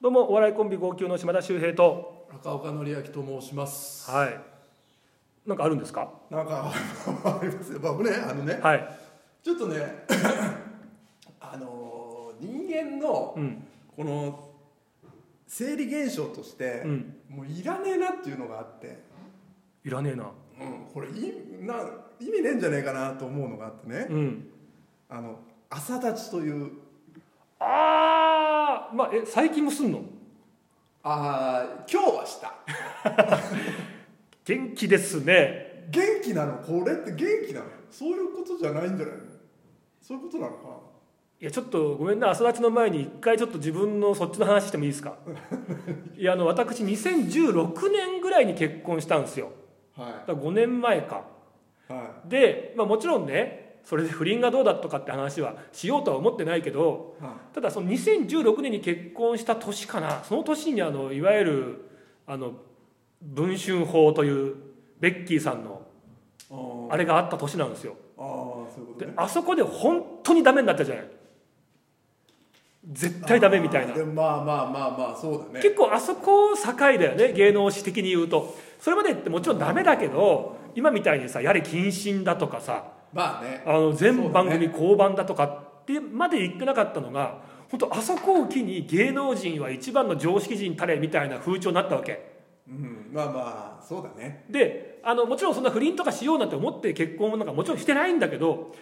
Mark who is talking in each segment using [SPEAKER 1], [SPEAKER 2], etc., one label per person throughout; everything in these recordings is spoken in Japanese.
[SPEAKER 1] どうもお笑いコンビ号泣の島田秀平と
[SPEAKER 2] 赤岡典明と申します。
[SPEAKER 1] はいなんかあるんですか
[SPEAKER 2] なんかありますよ。まあねあのね、
[SPEAKER 1] はい
[SPEAKER 2] ちょっとね あのー人間の
[SPEAKER 1] うん
[SPEAKER 2] この生理現象として、
[SPEAKER 1] うん
[SPEAKER 2] もういらねえなっていうのがあって、
[SPEAKER 1] いらねえな
[SPEAKER 2] うん、これいな意味ねえんじゃねえかなと思うのがあってね、
[SPEAKER 1] うん
[SPEAKER 2] あの朝立ちという
[SPEAKER 1] ああまあえ最近もすんの
[SPEAKER 2] ああ今日はした。
[SPEAKER 1] 元気ですね
[SPEAKER 2] 元気なのこれって元気なのそういうことじゃないんじゃないのそういうことなのかない
[SPEAKER 1] やちょっとごめんな朝立ちの前に一回ちょっと自分のそっちの話してもいいですかいやあの私2016年ぐらいに結婚したんですよだ
[SPEAKER 2] は
[SPEAKER 1] から5年前か
[SPEAKER 2] いはい
[SPEAKER 1] で、まあ、もちろんねそれで不倫がどうだとかって話はしようとは思ってないけど
[SPEAKER 2] は
[SPEAKER 1] ただその2016年に結婚した年かなその年にあのいわゆるあの文春法というベッキーさんの
[SPEAKER 2] あー
[SPEAKER 1] あれがあった年なんですよ
[SPEAKER 2] あーそういうこと
[SPEAKER 1] で
[SPEAKER 2] ね
[SPEAKER 1] あそこで本当にダメになったじゃない絶対ダメみたいな
[SPEAKER 2] あーでもまあまあまあまあそうだね
[SPEAKER 1] 結構あそこ境だよね芸能史的に言うとそれまでってもちろんダメだけど今みたいにさやれ謹慎だとかさ
[SPEAKER 2] まあね
[SPEAKER 1] あの全番
[SPEAKER 2] そうだ
[SPEAKER 1] 組降板だとかってまで言ってなかったのが本当あそこを機に芸能人は一番の常識人たれみたいな風潮になったわけ
[SPEAKER 2] うんまあまあそうだね
[SPEAKER 1] であのもちろんそんな不倫とかしようなんて思って結婚なんかもちろんしてないんだけど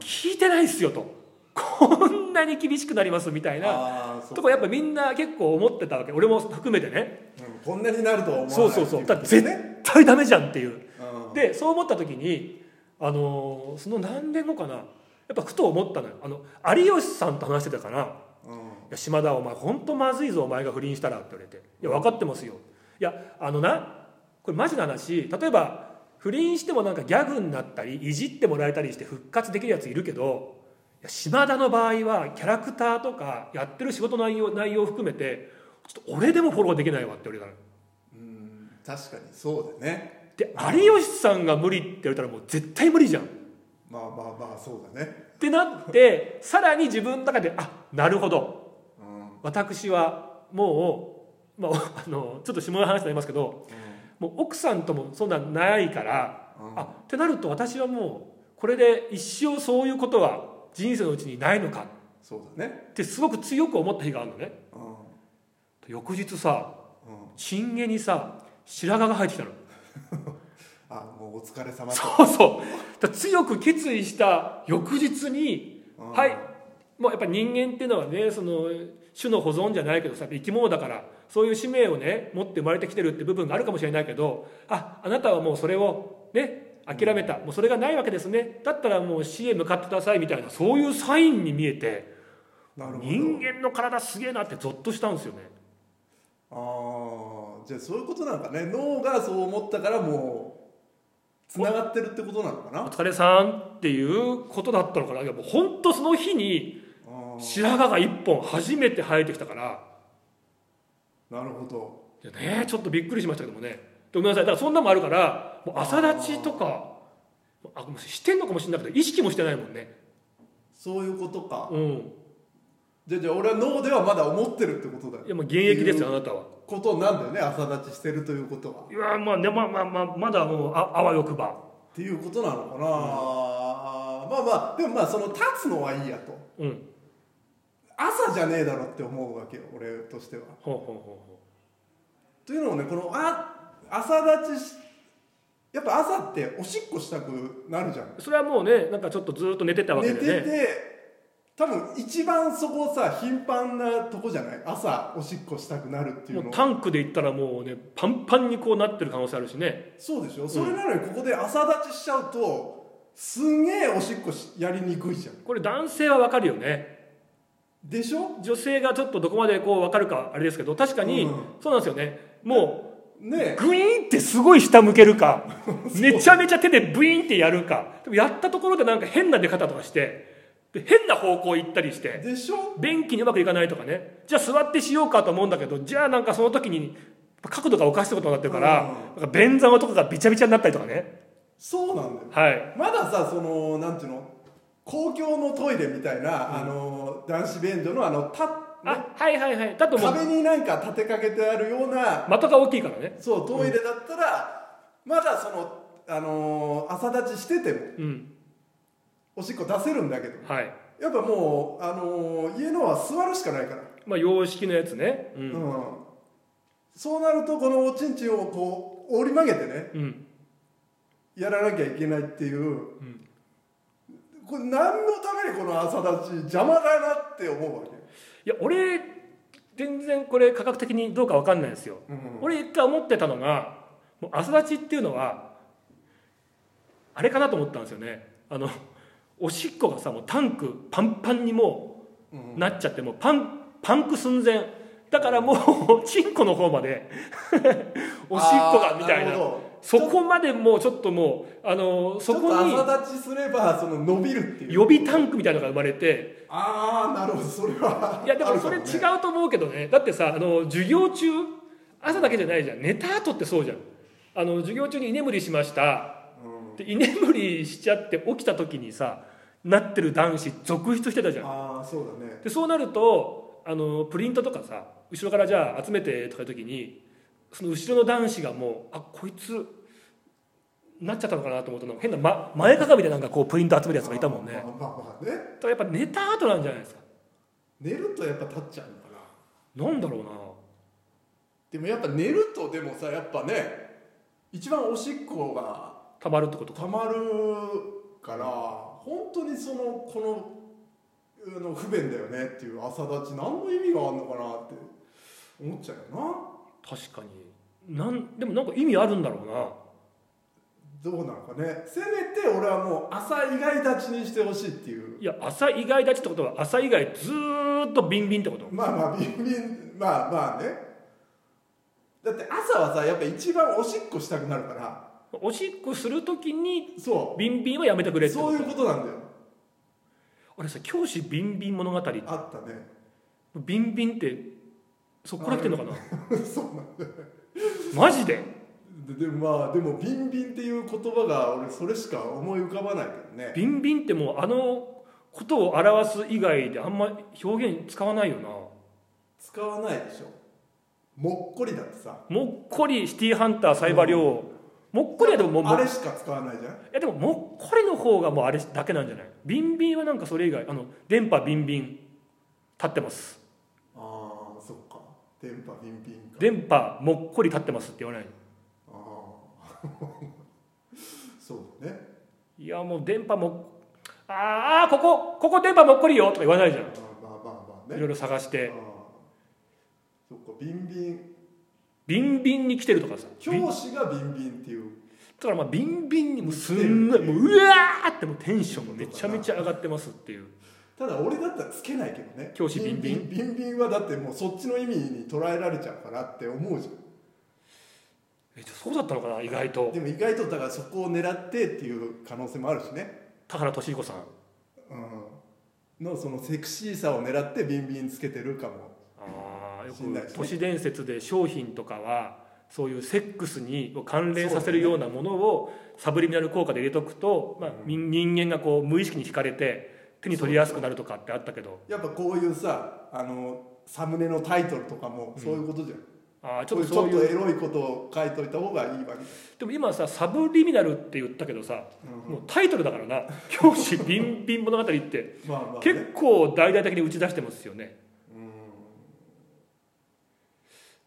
[SPEAKER 1] 聞いてないっすよとこんなに厳しくなりますみたいな
[SPEAKER 2] ああそ
[SPEAKER 1] と
[SPEAKER 2] う、
[SPEAKER 1] こやっぱみんな結構思ってたわけ俺も含めてね
[SPEAKER 2] うん、こんなになるとは思わない
[SPEAKER 1] そうそうそう
[SPEAKER 2] っ
[SPEAKER 1] だか
[SPEAKER 2] てい
[SPEAKER 1] ら
[SPEAKER 2] こと
[SPEAKER 1] 絶
[SPEAKER 2] ね
[SPEAKER 1] 対ダメじゃんっていう
[SPEAKER 2] うん
[SPEAKER 1] でそう思った時に、あのーその何年後かなやっぱふと思ったのよあの有吉さんと話してたから「いや島田お前本当まずいぞお前が不倫したら」って言われて「いや分かってますよ」いやあのなこれマジな話例えば不倫してもなんかギャグになったりいじってもらえたりして復活できるやついるけどいや島田の場合はキャラクターとかやってる仕事内容内容を含めてちょっと俺でもフォローできないわって言われたの
[SPEAKER 2] うん、うん、確かにそうだね
[SPEAKER 1] で有吉さんが無理って言われたらもう絶対無理じゃん
[SPEAKER 2] まあまあまあそうだね
[SPEAKER 1] ってなってさらに自分の中であなるほど
[SPEAKER 2] うん、うん、
[SPEAKER 1] 私はもう、まあ、あのちょっと下の話になりますけどもう奥さんともそんなんないから、
[SPEAKER 2] うん
[SPEAKER 1] あってなると私はもうこれで一生そういうことは人生のうちにないのか
[SPEAKER 2] そうだね
[SPEAKER 1] ってすごく強く思った日があるのね
[SPEAKER 2] うんうん
[SPEAKER 1] 翌日さチンゲにさ白髪が生えてきたの
[SPEAKER 2] あもうお疲れ様と
[SPEAKER 1] そうそうだから強く決意した翌日に
[SPEAKER 2] うん
[SPEAKER 1] はいもうやっぱ人間っていうのはねその種の保存じゃないけどさ生き物だからそういう使命をね持って生まれてきてるって部分があるかもしれないけどああなたはもうそれをね諦めたもうそれがないわけですねだったらもう死へ向かってくださいみたいなそういうサインに見えて
[SPEAKER 2] なるほど
[SPEAKER 1] 人間の体すげえなってゾッとしたんですよね
[SPEAKER 2] ああじゃあそういうことなのかね脳がそう思ったからもうつながってるってことなのか
[SPEAKER 1] お
[SPEAKER 2] な
[SPEAKER 1] 疲れさんっていうことだったのかないやもう本当その日に
[SPEAKER 2] あ
[SPEAKER 1] 白髪が一本初めて生えてきたから
[SPEAKER 2] あなるほど
[SPEAKER 1] でねちょっとびっくりしましたけどもねでごめんなさいだからそんなのもあるからもう朝立ちとかあごめんなさいしてんのかもしれないけど意識もしてないもんね
[SPEAKER 2] そういうことか
[SPEAKER 1] うん
[SPEAKER 2] じゃあじゃあ俺は脳ではまだ思ってるってことだよ
[SPEAKER 1] いやもう現役ですよあなたは
[SPEAKER 2] ことなんだよね朝立ちしてるということはい
[SPEAKER 1] やまあねまあまあまあまだもうああわよくば
[SPEAKER 2] っていうことなのかな、まあまあでもまあその立つのはいいやと
[SPEAKER 1] うん
[SPEAKER 2] 朝じゃねえだろって思うわけよ俺としては
[SPEAKER 1] ほうほうほ
[SPEAKER 2] というのもねこのあ朝立ちしやっぱ朝っておしっこしたくなるじゃん
[SPEAKER 1] うほうそれはもうねなんかちょっとずっと寝てたわけ
[SPEAKER 2] 寝
[SPEAKER 1] で
[SPEAKER 2] て
[SPEAKER 1] ね
[SPEAKER 2] て多分一番そこさ頻繁なとこじゃない朝おしっこしたくなるっていう
[SPEAKER 1] も
[SPEAKER 2] の
[SPEAKER 1] うタンクで言ったらもうねパンパンにこうなってる可能性あるしね
[SPEAKER 2] そうでしょ、それなのにここで朝立ちしちゃうとすんげえおしっこしやりにくいじゃん
[SPEAKER 1] これ男性はわかるよね
[SPEAKER 2] でしょ
[SPEAKER 1] 女性がちょっとどこまでこうわかるかあれですけど確かに
[SPEAKER 2] うん
[SPEAKER 1] そうなんですよねもう
[SPEAKER 2] ね
[SPEAKER 1] グイーンってすごい下向けるかめちゃめちゃ手でブイーンってやるかでもやったところでなんか変な出方とかしてで変な方向行ったりし
[SPEAKER 2] え
[SPEAKER 1] て
[SPEAKER 2] でしょ
[SPEAKER 1] 便器にうまくいかないとかねじゃあ座ってしようかと思うんだけどじゃあなんかその時に角度がおかしいことになってるから、なんか便座のとこがびちゃびちゃになったりとかね
[SPEAKER 2] そうなんだよ
[SPEAKER 1] はい
[SPEAKER 2] まださそのなんていうの公共のトイレみたいな、あの男子便所のあのた
[SPEAKER 1] あはいはいはいだと思う
[SPEAKER 2] 壁になんか立てかけてあるような
[SPEAKER 1] 的が大きいからね
[SPEAKER 2] そうトイレだったら、まだその、あのー朝立ちしてても
[SPEAKER 1] うん
[SPEAKER 2] おしっこ出せるんだけど
[SPEAKER 1] はい
[SPEAKER 2] やっぱもう、あのー家のは座るしかないから、
[SPEAKER 1] まあ洋式のやつねう
[SPEAKER 2] うん
[SPEAKER 1] ん、
[SPEAKER 2] そうなるとこのおちんちんをこう折り曲げてね
[SPEAKER 1] うん、
[SPEAKER 2] やらなきゃいけないっていう、
[SPEAKER 1] ん
[SPEAKER 2] これ何のためにこの朝立ち邪魔だなって思うわけ、
[SPEAKER 1] いや俺全然これ価格的にどうかわかんないんですよ俺一回思ってたのがもう朝立ちっていうのはあれかなと思ったんですよねあのおしっこがさもうタンクパンパンにも
[SPEAKER 2] うん
[SPEAKER 1] うなっちゃってもうパンパンク寸前だからもうチンコの方ま でおしっこがみたい
[SPEAKER 2] あーる
[SPEAKER 1] な
[SPEAKER 2] ほ
[SPEAKER 1] そこまでもうちょっともうあの
[SPEAKER 2] ど
[SPEAKER 1] そ
[SPEAKER 2] ち
[SPEAKER 1] こ
[SPEAKER 2] ょ
[SPEAKER 1] に
[SPEAKER 2] っと朝立ちすればその伸びるっていう
[SPEAKER 1] 予備タンクみたいなのが生まれて
[SPEAKER 2] ああなるほどそれはい
[SPEAKER 1] やでもそれ違
[SPEAKER 2] あるか
[SPEAKER 1] うと思うけどねだってさあの授業中朝だけじゃないじゃん寝た後ってそうじゃんあの授業中に居眠りしました
[SPEAKER 2] もね
[SPEAKER 1] で居眠りしちゃって起きた時にさなってる男子続出してたじ
[SPEAKER 2] う
[SPEAKER 1] ゃ
[SPEAKER 2] ん
[SPEAKER 1] ん
[SPEAKER 2] ああそうだね
[SPEAKER 1] でそうなるとあのプリントとかさ後ろからじゃあ集めてとかいう時にその後ろの男子がもうあこいつなっちゃったのかなと思ったの変な、ま、前かがみでなんかこうプリント集めるやつがいたもんねだか
[SPEAKER 2] まあまあまあね
[SPEAKER 1] らやっぱ寝た後なんじゃないですか
[SPEAKER 2] 寝るとやっぱ立っちゃうのかな
[SPEAKER 1] なんだろうな
[SPEAKER 2] でもやっぱ寝るとでもさやっぱね一番おしっこが
[SPEAKER 1] たまるってことか
[SPEAKER 2] 溜まるから本当にそのこのあの不便だよねっていう朝立ち何の意味があるのかなって思っちゃうよ
[SPEAKER 1] 確かになんでもなんか意味あるんだろうな
[SPEAKER 2] などうなのかねせめて俺はもう朝以外立ちにしてほしいっていう
[SPEAKER 1] いや朝以外立ちってことは朝以外ずーっとビンビンってこと
[SPEAKER 2] まあまあビンビンまあまあねだって朝はさやっぱ一番おしっこしたくなるから
[SPEAKER 1] おしっこするときに
[SPEAKER 2] そ
[SPEAKER 1] ビンビンはやめてくれ
[SPEAKER 2] う
[SPEAKER 1] ってこ
[SPEAKER 2] そう
[SPEAKER 1] と
[SPEAKER 2] いうことなんだよ
[SPEAKER 1] 俺さ教師ビンビン物語
[SPEAKER 2] あったね
[SPEAKER 1] ビンビンってそこから来てんのかな
[SPEAKER 2] そうなんだ
[SPEAKER 1] マジで
[SPEAKER 2] ででもまあでもビンビンっていう言葉が俺それしか思い浮かばないけどね
[SPEAKER 1] ビンビンってもうあのことを表す以外であんま表現使わないよな
[SPEAKER 2] 使わないでしょもっこりだってさ
[SPEAKER 1] もっこりシティーハンターサイバリョウもっこりはでももう
[SPEAKER 2] あれしか使わないじゃん
[SPEAKER 1] いやでももっこりの方がもうあれだけなんじゃないビンビンはなんかそれ以外あの電波ビンビン立ってます
[SPEAKER 2] ああそっか電波ビンビンか
[SPEAKER 1] 電波もっこり立ってますって言わない
[SPEAKER 2] ああ そうだね
[SPEAKER 1] いやもう電波もああここここ電波もっこりよとか言わないじゃ
[SPEAKER 2] あーまあまあまあ
[SPEAKER 1] ん
[SPEAKER 2] ね
[SPEAKER 1] いろいろ探して
[SPEAKER 2] あーそっかビンビン
[SPEAKER 1] ビンビンに来てるとかさビンだ
[SPEAKER 2] 教師がビンビンっていう
[SPEAKER 1] からまあビンビンにもうすんごいもううわーってもうテンションめちゃめちゃ上がってますっていう
[SPEAKER 2] ただ俺だったらつけないけどね
[SPEAKER 1] 教師ビンビン
[SPEAKER 2] ビンビンはだってもうそっちの意味に捉えられちゃうからって思うじゃ
[SPEAKER 1] えじゃあそうだったのかな意外
[SPEAKER 2] ん
[SPEAKER 1] と
[SPEAKER 2] でも意外とだからそこを狙ってっていう可能性もあるしね、
[SPEAKER 1] 田原俊彦さん
[SPEAKER 2] うん、のそのセクシーさを狙ってビンビンつけてるかも
[SPEAKER 1] ああよ
[SPEAKER 2] 信頼
[SPEAKER 1] く
[SPEAKER 2] して
[SPEAKER 1] 都市伝説で商品とかはそういうセックスに関連させるようなものをサブリミナル効果で入れとくと、まあ、人人間がこう無意識に惹かれて手に取りやすくなるとかってあったけど
[SPEAKER 2] やっぱこういうさあのサムネのタイトルとかもそういうことじゃん、
[SPEAKER 1] ああち
[SPEAKER 2] こ
[SPEAKER 1] ょ
[SPEAKER 2] う
[SPEAKER 1] っ
[SPEAKER 2] い
[SPEAKER 1] と
[SPEAKER 2] うち
[SPEAKER 1] そ
[SPEAKER 2] ょ
[SPEAKER 1] う
[SPEAKER 2] っ
[SPEAKER 1] いう
[SPEAKER 2] とエロいことを書いといた方がいいわけ
[SPEAKER 1] でも今さサブリミナルって言ったけどさ、もうタイトルだ からな「教師ビンビン物語」って
[SPEAKER 2] まあまあ、ね、
[SPEAKER 1] 結構大々的に打ち出してますよね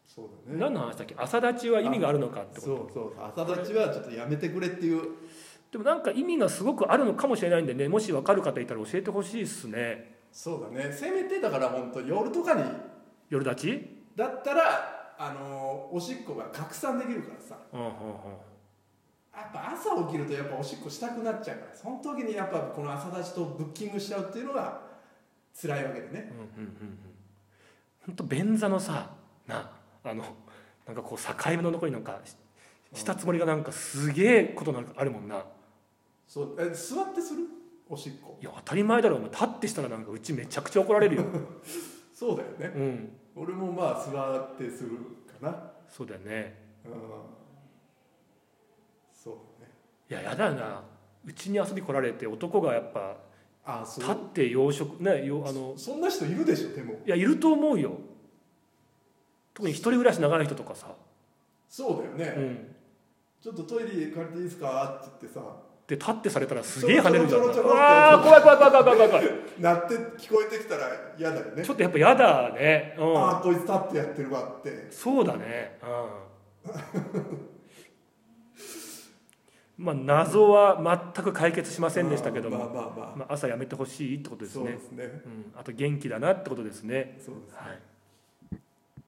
[SPEAKER 2] そうだね
[SPEAKER 1] 何の話だっけ朝立ちは意味があるのかってこと
[SPEAKER 2] そうそう朝立ちはちょっとやめてくれっていう
[SPEAKER 1] でもなんか意味がすごくあるのかもしれないんでねもし分かる方いたら教えてほしいっすね
[SPEAKER 2] そうだねせめてだから本当夜とかに
[SPEAKER 1] 夜立ち
[SPEAKER 2] だったらあのーおしっこが拡散できるからさ
[SPEAKER 1] うんうんうん
[SPEAKER 2] やっぱ朝起きるとやっぱおしっこしたくなっちゃうからその時にやっぱこの朝立ちとブッキングしちゃうっていうのが辛いわけでね
[SPEAKER 1] ほんと便座のさなあのなんかこう境目のとこになんかししたつもりがなんかすげえことなんかあるもんな
[SPEAKER 2] そうえ座ってするおしっこ
[SPEAKER 1] いや当たり前だろお前立ってしたらなんかうちめちゃくちゃ怒られる よ
[SPEAKER 2] そうだよね
[SPEAKER 1] うん
[SPEAKER 2] 俺もまあ座ってするかな
[SPEAKER 1] そうだよね
[SPEAKER 2] うんそうだね
[SPEAKER 1] いややだよなうちに遊び来られて男がやっぱ
[SPEAKER 2] あそ
[SPEAKER 1] 立って養殖ねよあの
[SPEAKER 2] うそんな人いるでしょでも
[SPEAKER 1] いやいると思うよ特に一人暮らし長い人とかさ、
[SPEAKER 2] そうだよ
[SPEAKER 1] う
[SPEAKER 2] ね、
[SPEAKER 1] ん、
[SPEAKER 2] ちょっとトイレ借りていいですかって言ってさ
[SPEAKER 1] で立ってされたらすげえ跳ねるんじゃん
[SPEAKER 2] ちょろちょろちょろちょろ
[SPEAKER 1] わあ怖い怖い怖い怖い怖い怖い怖い
[SPEAKER 2] 鳴って聞こえてきたら嫌だよね
[SPEAKER 1] ちょっとやっぱやだねう
[SPEAKER 2] あ
[SPEAKER 1] ん
[SPEAKER 2] あこいつ立ってやってるわって
[SPEAKER 1] そうだねうん まあ謎は全く解決しませんでしたけど
[SPEAKER 2] まあ
[SPEAKER 1] も、
[SPEAKER 2] まあまあ、ま
[SPEAKER 1] まあ、朝やめてほしいってことです
[SPEAKER 2] そう
[SPEAKER 1] ね
[SPEAKER 2] ですね
[SPEAKER 1] うん、あと元気だなってことですね
[SPEAKER 2] そうですね
[SPEAKER 1] はい